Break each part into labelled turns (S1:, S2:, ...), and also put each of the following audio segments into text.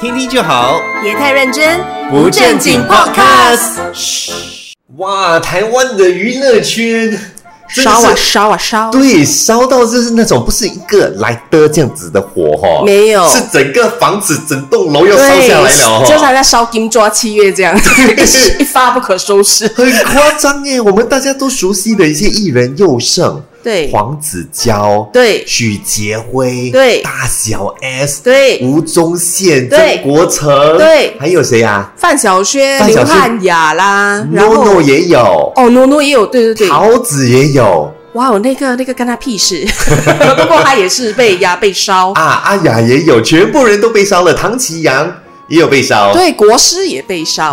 S1: 听听就好。
S2: 别太认真，
S1: 不正经 podcast。哇，台湾的娱乐圈真的
S2: 烧啊
S1: 是
S2: 烧啊烧！
S1: 对，烧到就是那种不是一个来的这样子的火哈，
S2: 没有
S1: 是整个房子、整栋楼要烧
S2: 对
S1: 下来了哦
S2: 就是
S1: 哈，
S2: 还在烧金抓七月这样， 一发不可收拾。
S1: 很夸张耶！我 们大家都熟悉的一些艺人，佑胜、
S2: 对
S1: 黄子佼、
S2: 对
S1: 许杰辉、
S2: 对
S1: 大小 S、
S2: 对，
S1: 吴宗宪、
S2: 对
S1: 曾国城，
S2: 对
S1: 还有谁呀、
S2: 范晓萱、
S1: 范
S2: 林
S1: 晓萱
S2: 汉雅啦
S1: 啊？，
S2: 然后
S1: NONO 也有，
S2: 哦，诺诺也有，对对对，
S1: 桃子也有
S2: 哇哦，那个那个干他屁事， 不过他也是被压被烧，
S1: 啊，阿雅也有，全部人都被烧了，唐奇阳也有被烧。
S2: 对，国师也被烧，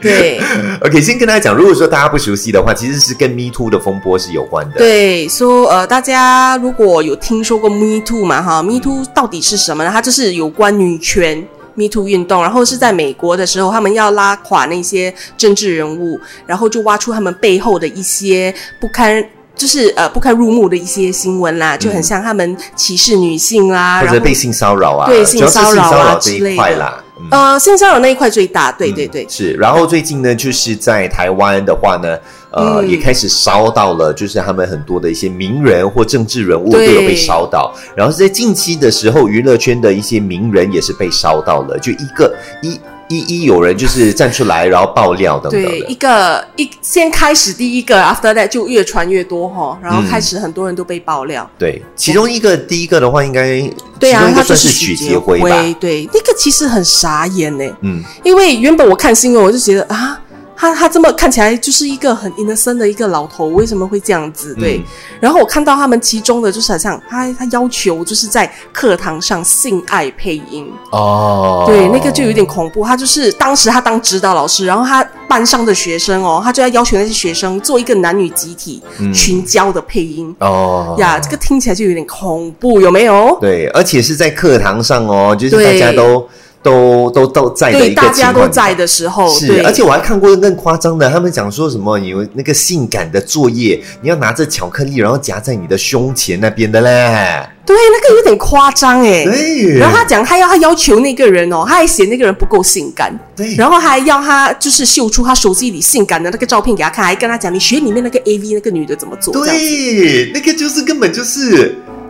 S2: 对
S1: OK，先跟大家讲，如果说大家不熟悉的话，其实是跟 Me Too 的风波是有关的。
S2: 对，说、呃，大家如果有听说过 Me Too 嘛哈，Me Too 到底是什么呢？它就是有关女权。Me Too 运动，然后是在美国的时候，他们要拉垮那些政治人物，然后就挖出他们背后的一些不堪，就是呃不堪入目的一些新闻啦，就很像他们歧视女性啦，
S1: 嗯或
S2: 啊然
S1: 者
S2: 后
S1: 被性骚扰啊，
S2: 对性骚
S1: 主
S2: 扰
S1: 要
S2: 啊
S1: 是性骚扰这
S2: 之类的
S1: 一块啦。嗯
S2: 呃性骚扰那一块最大，对对对，
S1: 是，然后最近呢，就是在台湾的话呢，呃，
S2: 嗯
S1: 也开始烧到了，就是他们很多的一些名人或政治人物都
S2: 对
S1: 有被烧到。然后在近期的时候，娱乐圈的一些名人也是被烧到了，就一个一一一有人就是站出来，然后爆料等等
S2: 对，一
S1: 的。
S2: 个一先开始第一个，after that 就越传越多哈，然后
S1: 嗯
S2: 开始很多人都被爆料。
S1: 对，其中一个第一个的话，应该
S2: 对
S1: 其
S2: 啊
S1: 中，一
S2: 他
S1: 个
S2: 就
S1: 算
S2: 是
S1: 许杰
S2: 杰
S1: 辉吧？
S2: 对，那个其实很傻眼呢、
S1: 嗯，
S2: 因为原本我看新闻我就觉得啊，他他这么看起来就是一个很 innocent 的一个老头，为什么会这样子？对，
S1: 嗯
S2: 然后我看到他们其中的就是好像他他要求就是在课堂上性爱配音，
S1: 哦，
S2: 对，那个就有点恐怖。他就是当时他当指导老师，然后他班上的学生哦，他就要要求那些学生做一个男女集体
S1: 嗯
S2: 群交的配音。
S1: 哦
S2: 呀，这个听起来就有点恐怖，有没有？
S1: 对，而且是在课堂上哦，就是大
S2: 对
S1: 家都都都都在的一
S2: 对，
S1: 个
S2: 大
S1: 情
S2: 家
S1: 况
S2: 都
S1: 底
S2: 在
S1: 下
S2: 的时候，对
S1: 是，，而且我还看过更夸张的，他们讲说什么有那个性感的作业，你要拿着巧克力，然后夹在你的胸前那边的嘞。
S2: 对那个有点夸张哎。
S1: 对，
S2: 然后他讲，他要他要求那个人哦，他还嫌那个人不够性感，
S1: 对，
S2: 然后还要他就是秀出他手机里性感的那个照片给他看，还跟他讲你学里面那个 A V 那个女的怎么做。这样
S1: 对，那个就是根本就是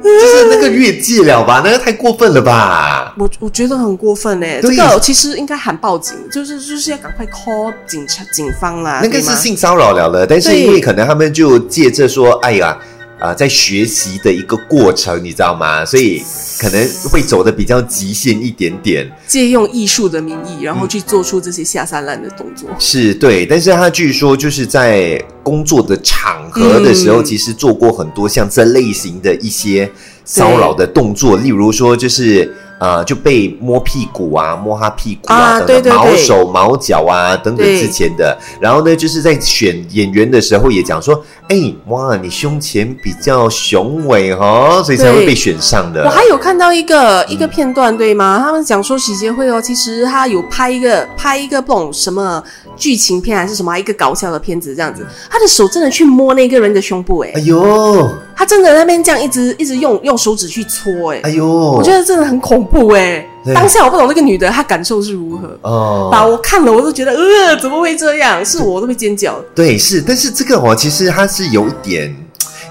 S1: 就是那个越界了吧，那个太过分了吧。
S2: 我我觉得很过分哎、这
S1: 对
S2: 个其实应该喊报警，就是就是要赶快 call 警察警方啦。
S1: 那个
S2: 对吗
S1: 是性骚扰了了，但是因为
S2: 对
S1: 可能他们就借着说，哎呀，啊、在学习的一个过程，你知道吗？所以可能会走的比较极限一点点，
S2: 借用艺术的名义，然后去做出这些下三滥的动作。
S1: 是对。但是他据说就是在工作的场合的时候，
S2: 嗯
S1: 其实做过很多像这类型的一些骚扰的动作，例如说就是。呃，就被摸屁股啊，摸他屁股啊，
S2: 啊
S1: 等等
S2: 对对
S1: 毛
S2: 对
S1: 手毛脚啊，等等
S2: 对
S1: 之前的。然后呢，就是在选演员的时候也讲说，哎，哇，你胸前比较雄伟哦，所以才会
S2: 对
S1: 被选上的。嗯
S2: 我还有看到一个一个片段，对吗？他们讲说喜结会哦，其实他有拍一个拍一个不懂什么剧情片还是什么一个搞笑的片子这样子，他的手真的去摸那个人的胸部、欸，
S1: 哎呦，
S2: 他真的在那边这样一直一直用用手指去搓、欸，
S1: 哎呦，我
S2: 我觉得真的很恐怖、欸，
S1: 对
S2: 当下我不懂那个女的她感受是如何。
S1: 哦，
S2: 把我看了，我都觉得，呃，怎么会这 样？是我都会尖叫。
S1: 对，是，但是这个哦，其实它是有一点。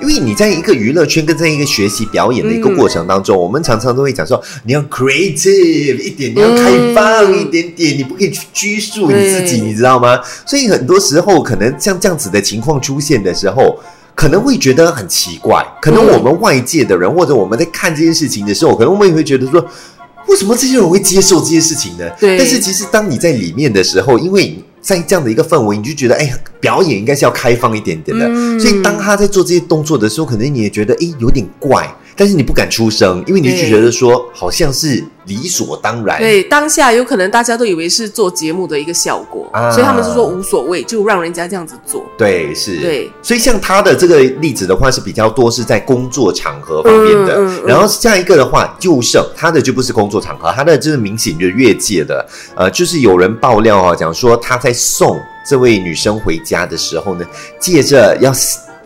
S1: 因为你在一个娱乐圈跟在一个学习表演的一个过程当中，我们常常都会讲说，你要 creative 一点，你要开放一点点，你不可以去拘束你自己，
S2: 对
S1: 你知道吗？所以很多时候，可能像这样子的情况出现的时候，可能会觉得很奇怪。可能我们外界的人、或者我们在看这件事情的时候，可能我们也会觉得说，为什么这些人会接受这些事情呢？
S2: 对
S1: 但是其实当你在里面的时候，因为在这样的一个氛围，你就觉得，哎，表演应该是要开放一点点的。
S2: 嗯
S1: 所以当他在做这些动作的时候，可能你也觉得，哎，有点怪，但是你不敢出声，因为你就
S2: 对
S1: 觉得说，好像是理所当然。
S2: 对，当下有可能大家都以为是做节目的一个效果，
S1: 啊
S2: 所以他们是说无所谓，就让人家这样子做。
S1: 对，是，
S2: 对，
S1: 所以像他的这个例子的话，是比较多是在工作场合方面的。
S2: 嗯嗯嗯
S1: 然后下一个的话，佑胜他的就不是工作场合，他的就是明显就越界的。呃，就是有人爆料啊，讲说他在送这位女生回家的时候呢，借着要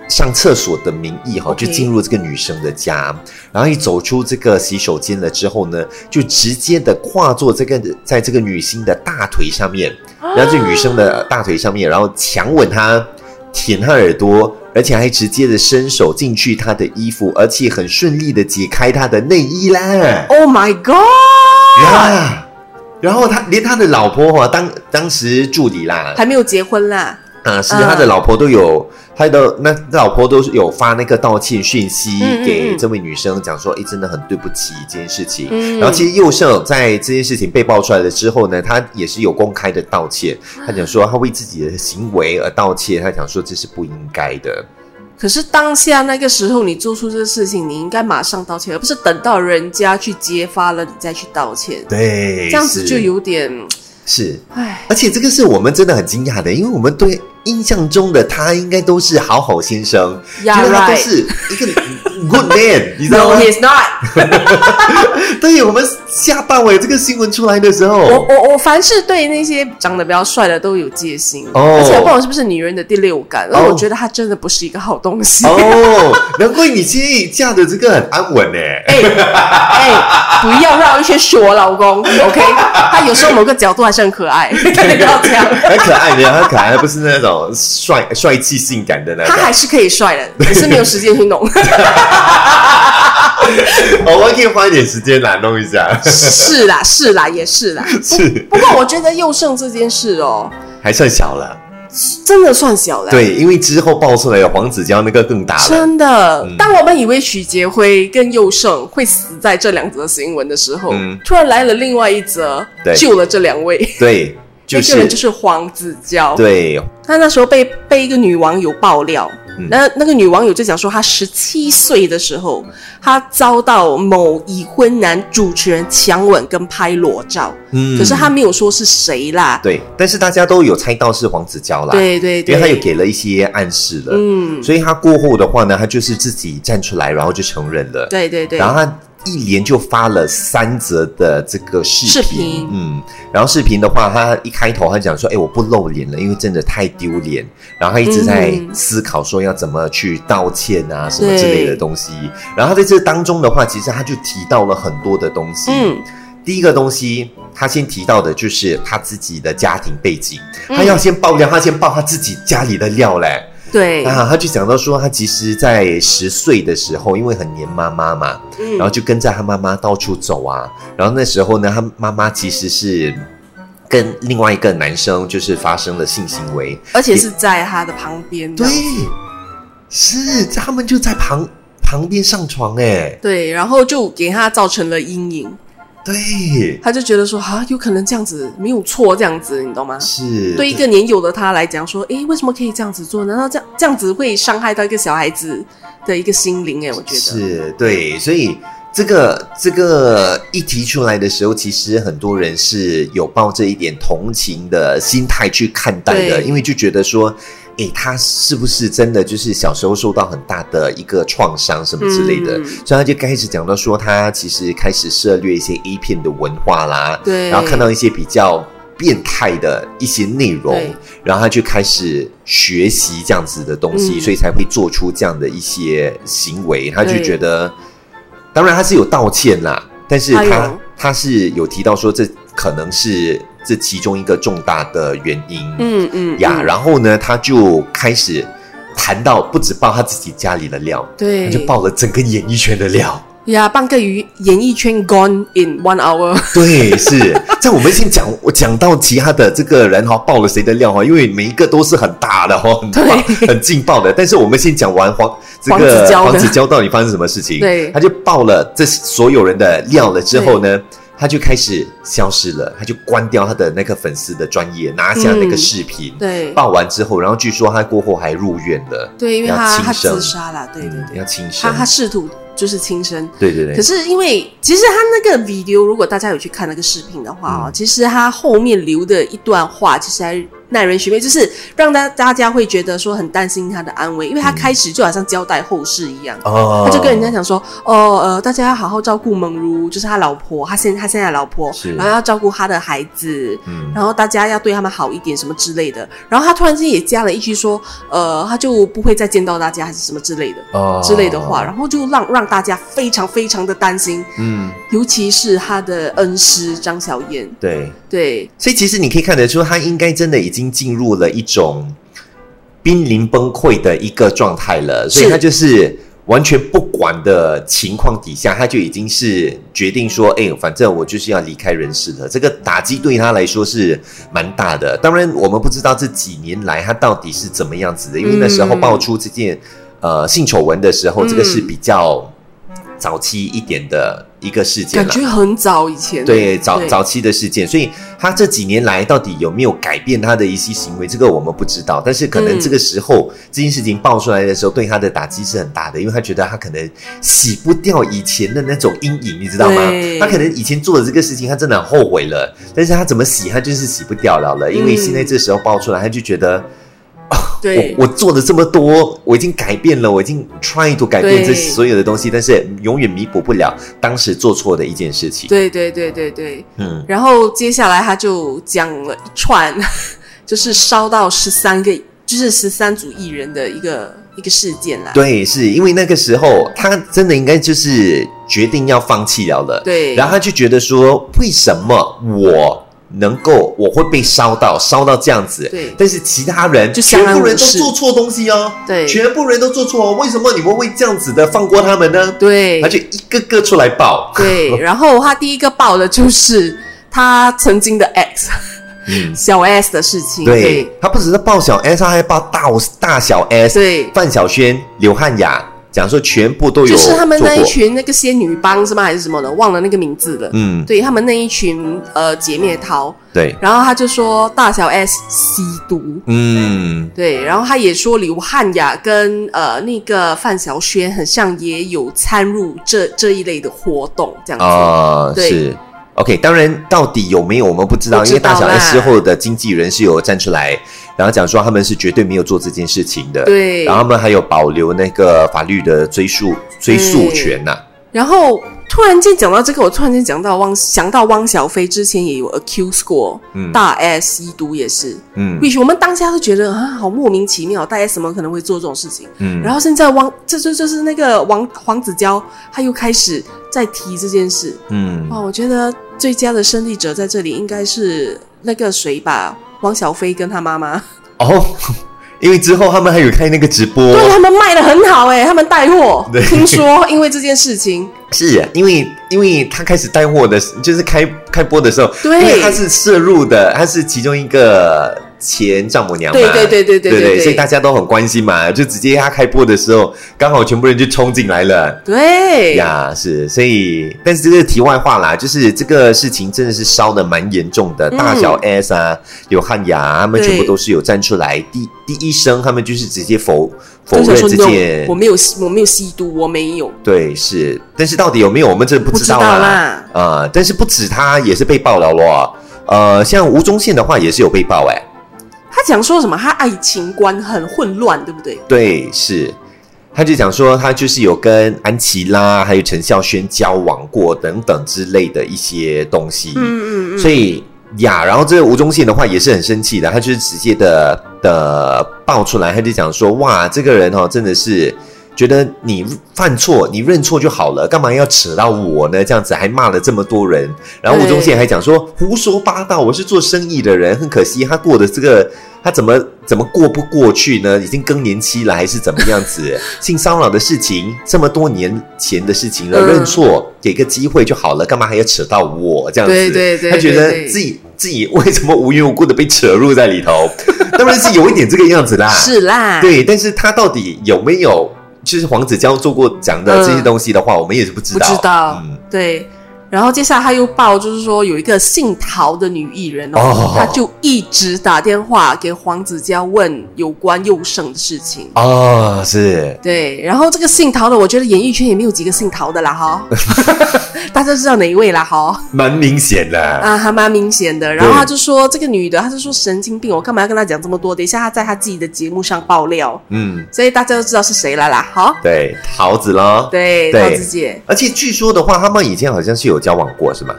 S1: 上厕所的名义哈，
S2: OK
S1: 就进入这个女生的家，然后一走出这个洗手间了之后呢，就直接的跨坐这个在这个女星的大腿上面，然后这女生的大腿上面，然后强吻她，舔她耳朵，而且还直接的伸手进去她的衣服，而且很顺利的解开她的内衣啦。
S2: Oh my god！
S1: 呀然后他连他的老婆哈、当当时助理啦，
S2: 还没有结婚啦，
S1: 啊，是
S2: 嗯
S1: 他的老婆都有，他的那老婆都是有发那个道歉讯息
S2: 嗯嗯嗯
S1: 给这位女生，讲说，哎，真的很对不起这件事情。
S2: 嗯
S1: 然后其实佑胜在这件事情被爆出来了之后呢，他也是有公开的道歉，
S2: 啊
S1: 他讲说他为自己的行为而道歉，他讲说这是不应该的。
S2: 可是当下那个时候你做出这个事情，你应该马上道歉，而不是等到人家去揭发了你再去道歉，
S1: 对，
S2: 这样子
S1: 是
S2: 就有点，
S1: 是，
S2: 唉，
S1: 而且这个是我们真的很惊讶的，因为我们对印象中的他应该都是好好先生，
S2: Yeah,
S1: 觉得他都
S2: right.
S1: 是一个 good man，你知道
S2: No,
S1: 吗？
S2: he's not
S1: 对我们吓到哎、这个新闻出来的时
S2: 我。
S1: 候
S2: 我，我凡是对那些长得比较帅的都有戒心
S1: 哦
S2: 而且我不懂是不是女人的第六感，然后
S1: 哦
S2: 我觉得他真的不是一个好东西。
S1: 哦，难怪你现在嫁的这个很安稳哎、
S2: 哎哎，不要绕一圈是我老公，OK？他有时候某个角度还是很可 爱，真的不要这样，
S1: 很可爱的，很可爱，不是那种帅帅气性感的那
S2: 他
S1: 种。
S2: 还是可以帅的， 只是没有时间去弄。
S1: 哦，我可以花一点时间来弄 一下，
S2: 是啦，是啦，也是啦。
S1: 是
S2: 不过我觉得佑胜这件事哦，
S1: 还算小了。
S2: 真的算小了。。
S1: 对，因为之后爆出来有黄子佼那个更大嗯了。
S2: 真的，当我们以为许杰辉跟佑胜会死在这两则新闻的时候，
S1: 嗯
S2: 突然来了另外一则
S1: 对，
S2: 救了这两位。
S1: 对，就
S2: 那个
S1: 是
S2: 人就是黄子佼，
S1: 对，
S2: 他那时候被被一个女网友爆料，
S1: 嗯
S2: 那那个女网友就讲说，她十七岁的时候，她遭到某已婚男主持人强吻跟拍裸照，
S1: 嗯
S2: 可是她没有说是谁啦。
S1: 对，但是大家都有猜到是黄子佼啦，
S2: 对对
S1: 因为他有
S2: 对，
S1: 给了一些暗示了，
S2: 嗯，
S1: 所以他过后的话呢，他就是自己站出来，然后就承认了。
S2: 对对对
S1: 然，后他一连就发了三则的这个视
S2: 视频
S1: 嗯，然后视频的话，他一开头他讲说，哎，我不露脸了，因为真的太丢脸。然后他一直在
S2: 嗯
S1: 思考说要怎么去道歉啊，什么
S2: 对
S1: 之类的东西。
S2: 嗯
S1: 然后在这当中的话，其实他就提到了很多的东西。
S2: 嗯，
S1: 第一个东西，他先提到的就是他自己的家庭背景，
S2: 嗯
S1: 他要先爆料，他先爆他自己家里的料嘞。
S2: 对，
S1: 啊，他就讲到说，他其实在十岁的时候，因为很黏妈妈嘛，然后
S2: 嗯，
S1: 就跟着他妈妈到处走啊。然后那时候呢，他妈妈其实是跟另外一个男生就是发生了性行为，
S2: 而且是在他的旁边的，
S1: 对，是他们就在旁旁边上床哎、
S2: 对，然后就给他造成了阴影，
S1: 对，
S2: 他就觉得说啊，有可能这样子没有错，这样子，你懂吗？
S1: 是
S2: 对一个年幼的他来讲，说，诶，为什么可以这样子做？难道这样这样子会伤害到一个小孩子的一个心灵？诶，我觉得
S1: 是对，所以。这个这个一提出来的时候，其实很多人是有抱着一点同情的心态去看待的，
S2: 对
S1: 因为就觉得说，诶，他是不是真的就是小时候受到很大的一个创伤什么之类的，
S2: 嗯
S1: 所以他就开始讲到说，他其实开始涉略一些 A 片的文化啦，
S2: 对，
S1: 然后看到一些比较变态的一些内容
S2: 对，
S1: 然后他就开始学习这样子的东西，
S2: 嗯
S1: 所以才会做出这样的一些行为。他就
S2: 对
S1: 觉得，当然他是有道歉啦，但是
S2: 哎呦
S1: 他、他是有提到说这可能是这其中一个重大的原因。
S2: 嗯嗯
S1: 呀，
S2: 嗯
S1: 然后呢，他就开始谈到不止爆他自己家里的料，他
S2: 对，
S1: 就爆了整个演艺圈的料。
S2: 呀，半个娱演艺圈 gone in one hour，
S1: 对，是在我们先讲，我讲到其他的这个人哈、爆了谁的料哈、因为每一个都是很大的 哈、很大很劲爆的。但是我们先讲完黄这
S2: 黄
S1: 个
S2: 子佼的
S1: 黄子佼到底发生什么事情？
S2: 对
S1: 他就爆了这所有人的料了之后呢，他就开始消失了，他就关掉他的那个粉丝的专业，拿下那个视频。
S2: 对
S1: 爆完之后，然后据说他过后还入院了，
S2: 对，因为他
S1: 要
S2: 他
S1: 轻生
S2: 自杀了，对对
S1: 嗯，
S2: 对，
S1: 要轻
S2: 他
S1: 生，
S2: 他试图就是轻生，
S1: 对对对，
S2: 可是因为其实他那个 video，如果大家有去看那个视频的话哦，
S1: 嗯
S2: 其实他后面留的一段话，其实还耐人寻味，就是让大大家会觉得说很担心他的安危，因为他开始就好像交代后事一样。
S1: 嗯哦，
S2: 他就跟人家讲说，哦，呃，大家要好好照顾蒙如，就是他老婆，他现他现在的老婆
S1: 是，
S2: 然后要照顾他的孩子，
S1: 嗯
S2: 然后大家要对他们好一点什么之类的。然后他突然之间也加了一句说，呃，他就不会再见到大家还是什么之类的、
S1: 哦
S2: 之类的话，，然后就让让大家非常非常的担心，
S1: 嗯，
S2: 尤其是他的恩师张小燕，
S1: 对，
S2: 对，
S1: 所以其实你可以看得出，他应该真的已经进入了一种濒临崩溃的一个状态了，所以
S2: 是
S1: 他就是完全不管的情况底下，他就已经是决定说，哎、反正我就是要离开人世了。这个打击对他来说是蛮大的。当然，我们不知道这几年来他到底是怎么样子的，因为那时候
S2: 嗯
S1: 爆出这件、呃性丑闻的时候，这个是
S2: 嗯
S1: 比较早期一点的一个事件
S2: 感
S1: 了。
S2: 觉很早以前，
S1: 对早早期的事件，所以他这几年来到底有没有改变他的一些行为，这个我们不知道。但是可能
S2: 嗯
S1: 这个时候、这件事情爆出来的时候，对他的打击是很大的，因为他觉得他可能洗不掉以前的那种阴影，你知道吗
S2: 对？
S1: 他可能以前做的这个事情，他真的很后悔了，但是他怎么洗，他就是洗不掉了了，因为
S2: 嗯
S1: 现在这时候爆出来，他就觉得。
S2: 对
S1: 我我做了这么多，我已经改变了，我已经 try to 改变这
S2: 对
S1: 所有的东西，但是永远弥补不了当时做错的一件事情。
S2: 对对对对对。
S1: 嗯，
S2: 然后接下来他就讲了一串， 就是烧到十三个，就是十三组艺人的一个一个事件啦。
S1: 对，是因为那个时候他真的应该就是决定要放弃了的。
S2: 对
S1: 然后他就觉得说，为什么我能够我会被烧到烧到这样子？
S2: 对
S1: 但是其他人
S2: 就相
S1: 全
S2: 安
S1: 部
S2: 无
S1: 人都
S2: 事
S1: 做错东西哦，
S2: 对
S1: 全部人都做错哦，为什么你们会这样子的放过他们呢？
S2: 对
S1: 他就一个个出来 爆，
S2: 对，然后他第一个报的就是他曾经的 X
S1: 嗯，
S2: 小 S 的事情。
S1: 对他不只是爆小 S，他还爆大大小 S，
S2: 对，
S1: 范晓萱、刘汉雅，讲说全部都有
S2: 就是他们
S1: 做
S2: 那一
S1: 过，
S2: 群那个仙女帮是吗？还是什么的？忘了那个名字了。
S1: 嗯，
S2: 对他们那一群呃姐妹淘，
S1: 对，
S2: 然后他就说大小 S 吸毒，
S1: 嗯。
S2: 对，然后他也说刘汉雅跟呃那个范晓萱很像，也有参入这这一类的活动这样子。
S1: 啊、
S2: 对
S1: 是 OK。当然，到底有没有我们不知道，
S2: 不
S1: 因为
S2: 知道
S1: 大小
S2: 啦
S1: S 之后的经纪人是有站出来，然后讲说他们是绝对没有做这件事情的。，
S2: 对，
S1: 然后他们还有保留那个法律的追诉追诉权呐、
S2: 然后突然间讲到这个，我突然间讲到汪想到汪小菲之前也有 accuse 过、
S1: 嗯
S2: 大 S 吸毒也是，
S1: 嗯
S2: 也许我们当下都觉得啊好莫名其妙，大 S 怎么可能会做这种事情？
S1: 嗯，
S2: 然后现在汪这就就是那个王黄子佼他又开始在提这件事，
S1: 嗯
S2: 哇，我觉得最佳的胜利者在这里应该是那个谁吧，汪小菲跟他妈 妈。
S1: 哦，因为之后他们还有开那个直播，
S2: 对他们卖的很好哎、他们带货
S1: 对。
S2: 听说因为这件事情，
S1: 是啊因为因为他开始带货的，就是开开播的时候，
S2: 对
S1: 因为他是摄入的，他是其中一个前丈母娘嘛，
S2: 对对对对对
S1: 对
S2: 对
S1: 所以大家都很关心嘛，就直接他开播的时候，刚好全部人就冲进来了。
S2: 对
S1: 呀是，所以，但是这个题外话啦，就是这个事情真的是烧的蛮严重的，
S2: 嗯
S1: 大小 S 啊、刘汉雅、啊、他们
S2: 对
S1: 全部都是有站
S2: 嗯
S1: 出来，第第一声他们就是直接否否
S2: 就想
S1: 认
S2: 说
S1: 这
S2: no，
S1: 件
S2: 我，没有吸，我没有吸毒，我没有，
S1: 对，是，但是到底有没有，我们真的不
S2: 不
S1: 知
S2: 知道
S1: 道啊啦。
S2: 啦。
S1: 呃，但是不止他也是被爆了咯。呃，像吴宗宪的话也是有被爆哎、
S2: 他讲说什么？他爱情观很混乱，对不对？
S1: 对，是，他就讲说他就是有跟安琪拉还有陈孝萱交往过等等之类的一些东西，
S2: 嗯嗯嗯，
S1: 所以呀，然后这个吴宗宪的话也是很生气的，他就是直接的的爆出来，他就讲说哇，这个人哦真的是。觉得你犯错，你认错就好了，干嘛要扯到我呢？这样子还骂了这么多人，然后吴宗宪哎还讲说胡说八道，我是做生意的人，很可惜他过的这个他怎么怎么过不过去呢？已经更年期了还是怎么样子？ 性骚扰的事情这么多年前的事情了，
S2: 嗯
S1: 认错给个机会就好了，干嘛还要扯到我这样子？
S2: 对对对
S1: 他觉
S2: 对
S1: 得
S2: 对
S1: 自己自己为什么无缘无故的被扯入在里头？ 当然是有一点这个样子啦，
S2: 是啊啦，
S1: 啊对，但是他到底有没有就是黄子佼做过讲的这些东西的话，我们也是不知道，
S2: 嗯不知道
S1: 嗯
S2: 对。然后接下来他又爆，就是说有一个姓陶的女艺人哦，
S1: 哦
S2: 她就一直打电话给黄子佼问有关佑胜的事情。
S1: 哦，是
S2: 对，然后这个姓陶的，我觉得演艺圈也没有几个姓陶的啦 哈，大家知道哪一位啦哈
S1: 蛮明显的。
S2: 啊，还蛮明显的。然后
S1: 对
S2: 他就说这个女的，他就说神经病，我干嘛要跟她讲这么多？等一下她在她自己的节目上爆料，
S1: 嗯，
S2: 所以大家都知道是谁了啦。好，
S1: 对，桃子咯。
S2: 对，
S1: 对
S2: 陶子姐，
S1: 而且据说的话，他们以前好像是有交往过，是吗？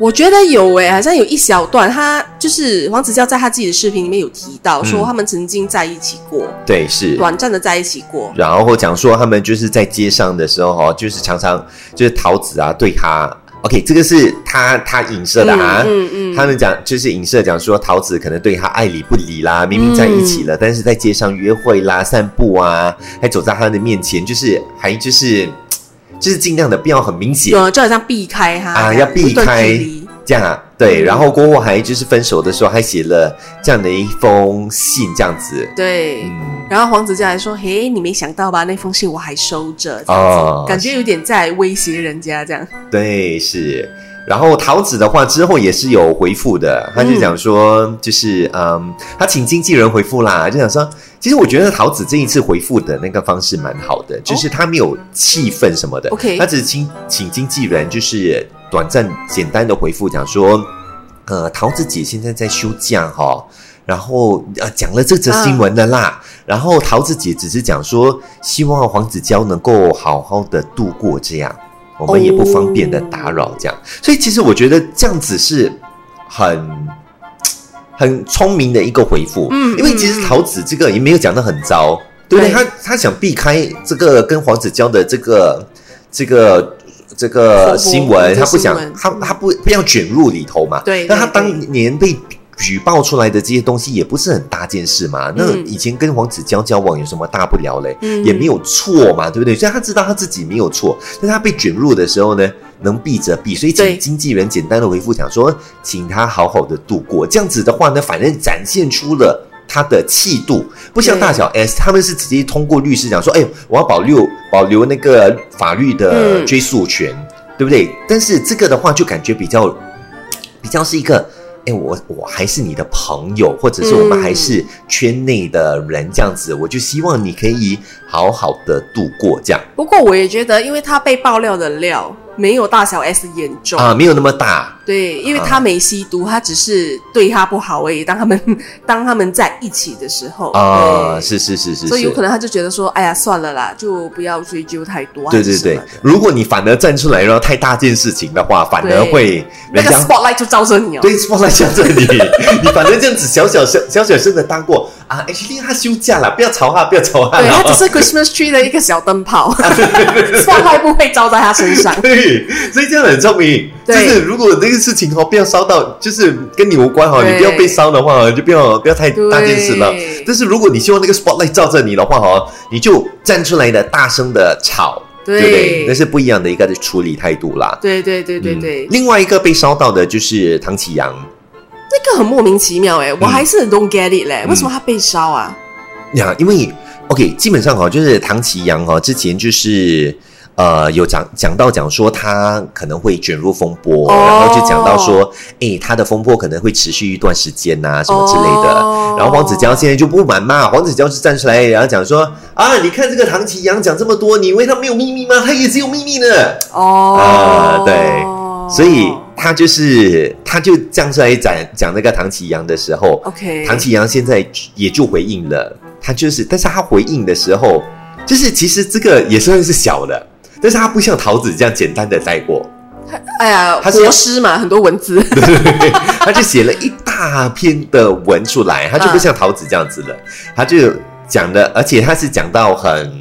S2: 我觉得有欸诶、好像有一小段，他就是黄子佼在他自己的视频里面有提到，说
S1: 嗯
S2: 他们曾经在一起过，
S1: 对，是。
S2: 短暂的在一起过。
S1: 然后讲说他们就是在街上的时候哈，就是常常就是桃子啊对他，OK，这个是他他影射的啊。
S2: 嗯嗯
S1: 他们讲就是影射讲说桃子可能对他爱理不
S2: 嗯
S1: 理啦，明明在一起了，但是在街上约会啦、散步啊，还走在他的面前，就是还就是就是尽量的不要很明显
S2: 有就好像避开他
S1: 啊，
S2: 这
S1: 要
S2: 样
S1: 避
S2: 一段
S1: 开
S2: 距离
S1: 这样啊。对，
S2: 嗯
S1: 然后过后还就是分手的时候还写了这样的一封信，这样子，
S2: 对。
S1: 嗯，
S2: 然后黄子佼还说：“嘿，你没想到吧？那封信我还收着，这样子
S1: 哦，
S2: 感觉有点在威胁人家这样。
S1: 对，是。然后桃子的话之后也是有回复的，他就
S2: 嗯
S1: 讲说，就是嗯，他请经纪人回复啦，就想说，其实我觉得桃子这一次回复的那个方式蛮好的，就是他没有气愤什么的
S2: OK
S1: 他只是请请经纪人就是短暂简单的回复，讲说，呃，桃子姐现在在休假哈、然后呃讲了这则
S2: 啊
S1: 新闻的啦，然后桃子姐只是讲说，希望黄子佼能够好好的度过这样，我们也不方便的打扰这样。所以其实我觉得这样子是很很聪明的一个回复，
S2: 嗯
S1: 因为其实
S2: 嗯嗯
S1: 桃子这个也没有讲的很糟，对不
S2: 对
S1: 对？他他想避开这个跟黄子佼的这个这个。这
S2: 风
S1: 个
S2: 波
S1: 新闻，
S2: 这
S1: 他不
S2: 新
S1: 想
S2: 闻，
S1: 他他不不要卷入里头嘛。
S2: 对
S1: 那他
S2: 对
S1: 当
S2: 对
S1: 年被举报出来的这些东西也不是很大件事嘛。那
S2: 嗯
S1: 以前跟黄子佼交往有什么大不了嘞？
S2: 嗯
S1: 也没有错嘛，对不对？所以他知道他自己没有错，但是他被卷入的时候呢，能避则避。所以
S2: 对
S1: 请经纪人简单的回复讲说，请他好好的度过。这样子的话呢，反正展现出了。他的气度不像
S2: 对
S1: 大小 S，他们是直接通过律师讲说，哎、我要保留保留那个法律的
S2: 嗯
S1: 追诉权，对不对？但是这个的话，就感觉比较比较是一个，哎、我我还是你的朋友，或者是我们
S2: 嗯
S1: 还是圈内的人这样子，我就希望你可以好好的度过这样
S2: 不过我也觉得，因为他被爆料的料没有大小 S 严重，
S1: 啊、没有那么大，
S2: 对，因为他没吸毒，他只是对他不好而已。当他们 当他们在一起的时候
S1: 啊、
S2: 对
S1: 是是是是
S2: 所以有可
S1: 是。
S2: 能他就觉得说，哎呀，算了啦，就不要追究太多。
S1: 对
S2: 还是
S1: 对
S2: 什
S1: 对
S2: 么的，
S1: 如果你反而站出来然后太大件事情的话，反而
S2: 对
S1: 会
S2: 那
S1: 人
S2: 个
S1: 家
S2: spotlight 就照射你哦。
S1: 对 spotlight 向着你， 你反正这样子小小声小小声的当过啊，H 他休假了，不要吵他，不要吵他，
S2: 对，
S1: 然
S2: 他
S1: 后
S2: 只是 Christmas tree 的一个小灯泡 ，spotlight 不会照在他身上。
S1: 对，所以这样很聪明。就
S2: 对
S1: 是如果这个事情哦，不要烧到，就是跟你无关哈，
S2: 对
S1: 你不要被烧的话，就不要不要太
S2: 对
S1: 大件事了。但是如果你希望那个 spotlight 照着你的话哈，你就站出来的大声的吵，对不对？那
S2: 对
S1: 是不一样的一个处理态度啦。
S2: 对对对对对
S1: 嗯，另外一个被烧到的就是唐启阳
S2: 那个很莫名其妙哎，我
S1: 嗯
S2: 还是很 don't get it 嘞，为什么他被烧啊？
S1: 呀，因为 OK，基本上哈，哦就是唐启阳哈，之前就是。呃，有讲讲到讲说他可能会卷入风波，
S2: 哦
S1: 然后就讲到说，诶，他的风波可能会持续一段时间呐、什么之类的。
S2: 哦
S1: 然后黄子佼现在就不满嘛，黄子佼就站出来，然后讲说啊，你看这个唐启阳讲这么多，你以为他没有秘密吗？他也是有秘密的。
S2: 哦
S1: 啊，对所以他就是他就站出来讲讲那个唐启阳的时候，
S2: OK，
S1: 唐启阳现在也就回应了，他就是，但是他回应的时候，就是其实这个也算是小的，但是他不像桃子这样简单的带过，
S2: 哎呀，
S1: 他是
S2: 国师嘛，很多文字，
S1: 他就写了一大篇的文出来，他就不像桃子这样子了，他就讲的，而且他是讲到很。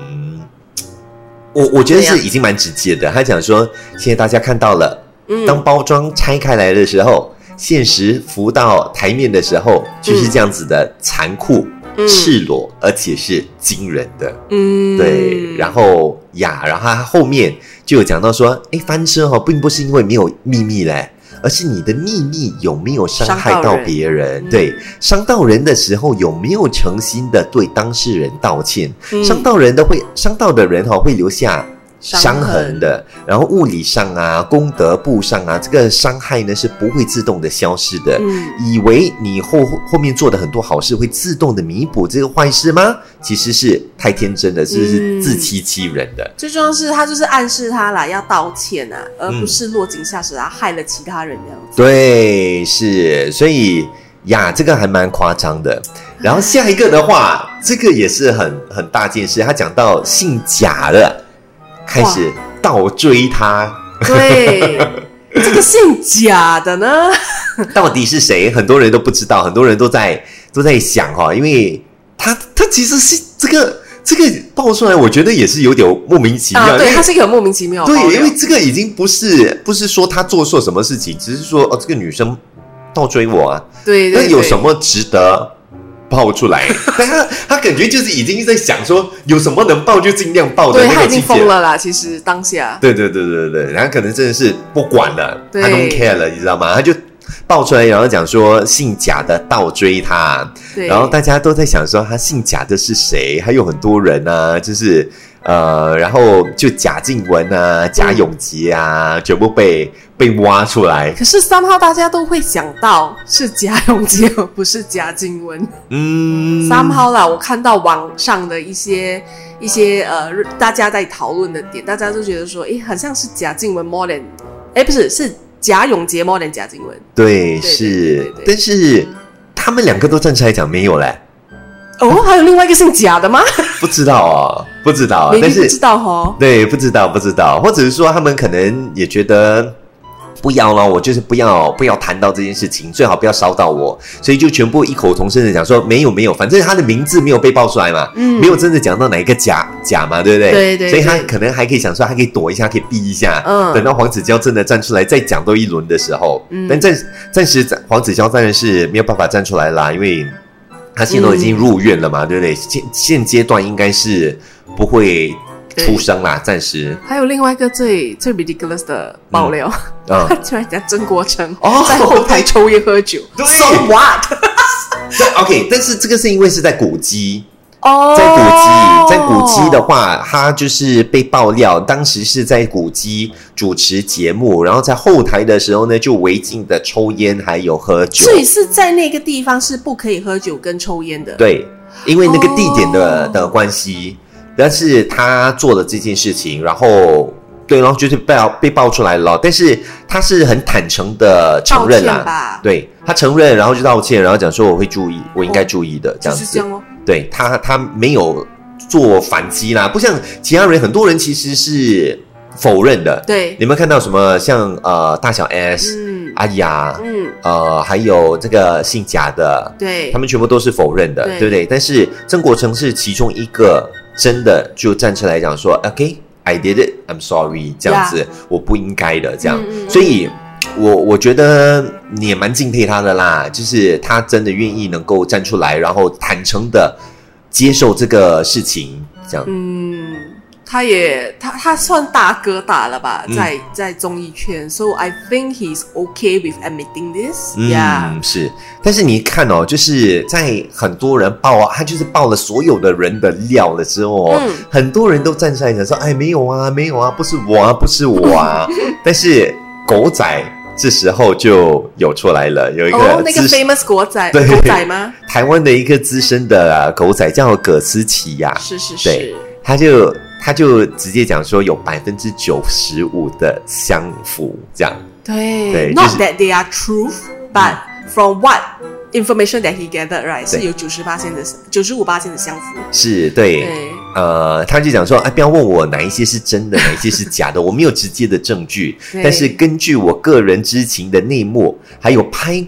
S1: 我我觉得是
S2: 怎样
S1: 已经蛮直接的，他讲说，现在大家看到了，
S2: 嗯，
S1: 当包装拆开来的时候，现实浮到台面的时候，就是这样子的残酷、
S2: 嗯
S1: 赤裸，而且是惊人的。
S2: 嗯，
S1: 对，然后呀，然后他后面就有讲到说，哎，翻车哦，并不是因为没有秘密嘞，而是你的秘密有没有伤害
S2: 伤到
S1: 到
S2: 人
S1: 别人？
S2: 嗯
S1: 对，伤到人的时候有没有诚心的对当事人道歉？
S2: 嗯
S1: 伤到人的会伤到的人哈、哦、会留下伤痕的，然后物理上啊、功德簿上啊，这个伤害呢是不会自动的消失的。
S2: 嗯，
S1: 以为你后后面做的很多好事会自动的弥补这个坏事吗？其实是太天真了，这
S2: 嗯
S1: 是自欺欺人的。
S2: 最重要是他就是暗示他啦，要道歉啊，而
S1: 嗯
S2: 不是落井下石啊，害了其他人这样子。
S1: 对，是，所以呀，这个还蛮夸张的。然后下一个的话，这个也是很很大件事，他讲到姓贾的开始倒追他，
S2: 对，这个姓贾的呢，
S1: 到底是谁？很多人都不知道，很多人都在都在想哈、因为他他其实是这个这个爆出来，我觉得也是有点莫名其妙，
S2: 啊，
S1: 因
S2: 对，
S1: 为
S2: 他是一个很莫名其妙的爆料。
S1: 对，因为这个已经不是不是说他做错什么事情，只是说哦，这个女生倒追我啊，
S2: 对
S1: 那
S2: 对，
S1: 有
S2: 对
S1: 什么值得爆出 来？但他他感觉就是已经在想说，有什么能爆就尽量爆的
S2: 对
S1: 那
S2: 他
S1: 个
S2: 已
S1: 境
S2: 经
S1: 界
S2: 疯。了啦，其实当下。
S1: 对对对对对，然后可能真的是不管了，他
S2: 对
S1: don't care 了，你知道吗？他就爆出来，然后讲说姓贾的倒追他，
S2: 对，
S1: 然后大家都在想说他姓贾的是谁？还有很多人啊，就是呃，然后就贾静雯啊、贾永杰啊，全部被被挖出来。
S2: 可是三号大家都会想到是贾永杰，而不是贾静雯。
S1: 嗯，
S2: 三号啦，我看到网上的一些一些呃，大家在讨论的点，大家都觉得说，诶，好像是贾静雯 more than，哎，不是，是贾永杰 more than 贾静雯。对
S1: 对，
S2: 对
S1: 是
S2: 对对，
S1: 但是他们两个都站出来讲没有嘞，
S2: 哦，还有另外一个姓贾的吗？
S1: 不知道哦，不知道，
S2: 你
S1: 但
S2: 不
S1: 是
S2: 知道哦。
S1: 对，不知道，不知道，或者是说他们可能也觉得。不要了，我就是不要，不要谈到这件事情，最好不要烧到我，所以就全部异口同声的讲说没有没有，反正他的名字没有被爆出来嘛，
S2: 嗯
S1: 没有真的讲到哪一个假假嘛，对不对？
S2: 对对
S1: 所以他
S2: 对
S1: 可能还可以想说，还可以躲一下，可以避一下。
S2: 嗯
S1: 等到黄子佼真的站出来再讲多一轮的时候，
S2: 嗯
S1: 但暂暂时黄子佼当然是没有办法站出来啦，因为他现在都已经入院了嘛，对不对？现现阶段应该是不会出声啦，暂时
S2: 还有另外一个最最 ridiculous 的爆料，
S1: 啊。
S2: 他居然讲曾国成
S1: 哦
S2: 在后台抽烟喝酒
S1: 对
S2: ，so what？
S1: OK，但是这个是因为是在古迹，
S2: 哦，
S1: 在古迹，在古迹的话，他就是被爆料，当时是在古迹主持节目，然后在后台的时候呢，就违禁的抽烟还有喝酒
S2: 所，以是在那个地方是不可以喝酒跟抽烟的。，
S1: 对，因为那个地点的、
S2: 哦
S1: 的关系，但是他做了这件事情，然后。对，然后就是被爆被爆出来了，但是他是很坦诚的承
S2: 道
S1: 认
S2: 歉
S1: 啦，
S2: 吧，
S1: 对他承认，然后就道歉，然后讲说我会注意，我
S2: 哦
S1: 应该注意的，
S2: 就
S1: 这样
S2: 是
S1: 子。
S2: 这样哦。
S1: 对他，他没有做反击啦，不像其他人，很多人其实是否认的。
S2: 对，
S1: 你们看到什么像呃大小 S、
S2: 嗯
S1: 阿雅，
S2: 嗯，
S1: 呃，还有这个姓贾的，
S2: 对
S1: 他，们全部都是否认的，
S2: 对
S1: 对不对？但是曾国成是其中一个真的就站出来讲说，OK，I、did it，I'm sorry，这样子我不应该的，这样，
S2: 嗯嗯嗯
S1: 所以。我我觉得你也蛮敬佩他的啦，就是他真的愿意能够站出来，然后坦诚的接受这个事情，这样。
S2: 嗯，他也他他算大哥大了吧，
S1: 嗯
S2: 在在综艺圈，so I think he's okay with admitting this。Yeah，
S1: 嗯，是，但是你看哦，就是在很多人爆啊，他就是爆了所有的人的料了之后哦，
S2: 嗯
S1: 很多人都站出来讲说，哎，没有啊，没有啊，不是我啊，不是 我啊。但是狗仔这时候就有出来了，有一
S2: 哦
S1: 个，
S2: 那个
S1: 资深、
S2: famous 国仔，
S1: 对
S2: 国仔吗？
S1: 台湾的一个资深的、啊、狗仔叫葛思琪呀、
S2: 是是
S1: 对
S2: 是，
S1: 他就他就直接讲说有百分之九十五的相符这样。对
S2: 对
S1: 就
S2: ，not
S1: 是嗯
S2: that they are truth，but from what information that he gathered right
S1: 对
S2: 是有九十八的九十五八的相符。
S1: 是对，
S2: 对
S1: 呃，他就讲说，哎，不要问我哪一些是真的，哪一些是假的，我没有直接的证据，
S2: 对
S1: 但是根据我个人知情的内幕，还有拍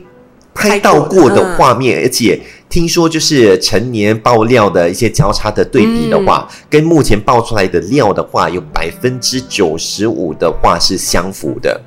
S1: 拍到
S2: 拍过
S1: 过的
S2: 的
S1: 画面，而且听说就是陈年爆料的一些交叉的对比的话，跟目前爆出来的料的话，有百分之九十五的话是相符的。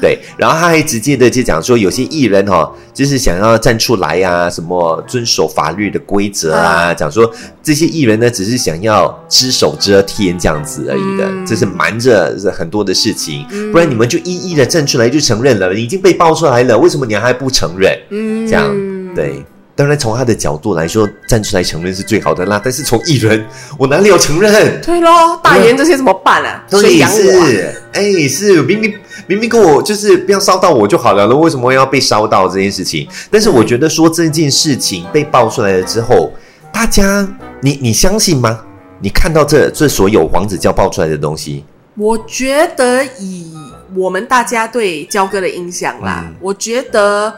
S1: 对，然后他还直接的就讲说，有些艺人哈、哦，就是想要站出来啊，什么遵守法律的规则啊，讲说这些艺人呢，只是想要只手遮天这样子而已的，
S2: 嗯
S1: 这是瞒着很多的事情，不然你们就一一的站出来就承认了，已经被爆出来了，为什么你还不承认？
S2: 嗯
S1: 这样对，当然，从他的角度来说，站出来承认是最好的啦。但是从艺人，我哪里有承认？
S2: 对咯，大言这些怎么办啊？谁
S1: 对，
S2: 养我、啊？
S1: 是，哎，是明明明明跟我就是不要烧到我就好了了，为什么要被烧到这件事情？但是我觉得说这件事情被爆出来了之后，大家，你你相信吗？你看到这这所有黄子佼爆出来的东西，
S2: 我觉得以我们大家对焦哥的印象啦，
S1: 嗯
S2: 我觉得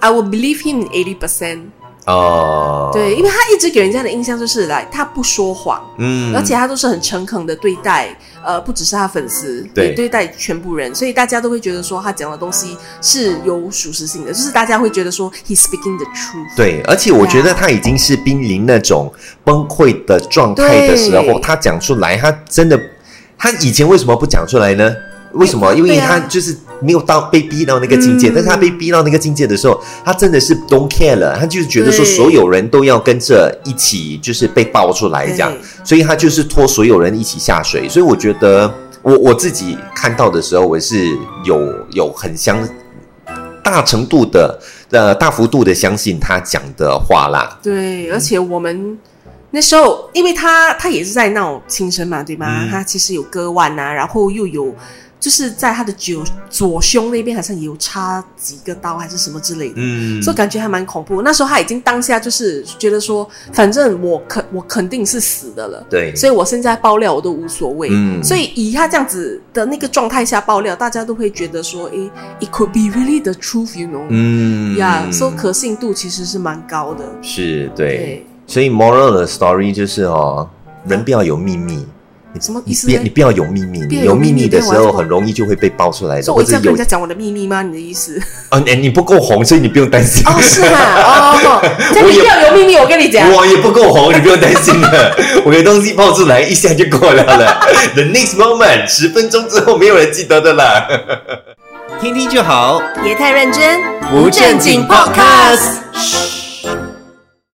S2: I will believe him eighty percent。
S1: 哦，
S2: 对，，因为他一直给人家的印象就是来，他不说谎，
S1: 嗯
S2: 而且他都是很诚恳的对待，呃，不只是他粉丝，
S1: 对
S2: 也对待全部人，所以大家都会觉得说他讲的东西是有属实性的，就是大家会觉得说 he's speaking the truth。
S1: 对，而且我觉得
S2: 呀
S1: 他已经是濒临那种崩溃的状态的时候，
S2: 对
S1: 他讲出来，他真的，他以前为什么不讲出来呢？为什么？因为
S2: 对啊
S1: 他就是没有到被逼到那个境界，
S2: 嗯
S1: 但是他被逼到那个境界的时候，他真的是 don't care 了，他就是觉得说
S2: 对
S1: 所有人都要跟着一起，就是被爆出来这样
S2: 对，
S1: 所以他就是拖所有人一起下水。所以我觉得我我自己看到的时候，我是有有很相大程度的呃大幅度的相信他讲的话啦。
S2: 对，而且我们那时候，因为他他也是在那种轻生嘛，对吗？
S1: 嗯
S2: 他其实有割腕啊，然后又有就是在他的左左胸那边好像也有插几个刀还是什么之类的。
S1: 嗯
S2: 所以感觉还蛮恐怖。那时候他已经当下就是觉得说，反正我肯我肯定是死的了，
S1: 对，
S2: 所以我现在爆料我都无所谓。
S1: 嗯
S2: 所以以他这样子的那个状态下爆料，大家都会觉得说，诶、i t could be really the truth，you know？
S1: 嗯
S2: 呀，所以可信度其实是蛮高的。
S1: 是对，，所以 moral 的 story 就是哦，人不要有秘密。你
S2: 什么
S1: 你
S2: 意思
S1: 别
S2: 呢
S1: 你不要有秘密，
S2: 不要
S1: 你
S2: 有
S1: 有秘
S2: 秘密
S1: 密的
S2: 不
S1: 时
S2: 然我要
S1: 候
S2: 做
S1: 很容易就会被爆出来的，
S2: 所以我
S1: 或
S2: 一直
S1: 者
S2: 要跟
S1: 有
S2: 人家讲我的秘密吗？你的意思？
S1: 啊，你你不够红，所以你不用担心。
S2: 哦，是 啊，哦，这样
S1: 我
S2: 你
S1: 也
S2: 不要有秘密，我跟你讲。
S1: 我也不够红，你不用担心了。我的东西爆出来一下就过了了。The next moment，十分钟之后没有人记得的啦。听听就好，
S2: 别太认真，
S1: 不正经 podcast。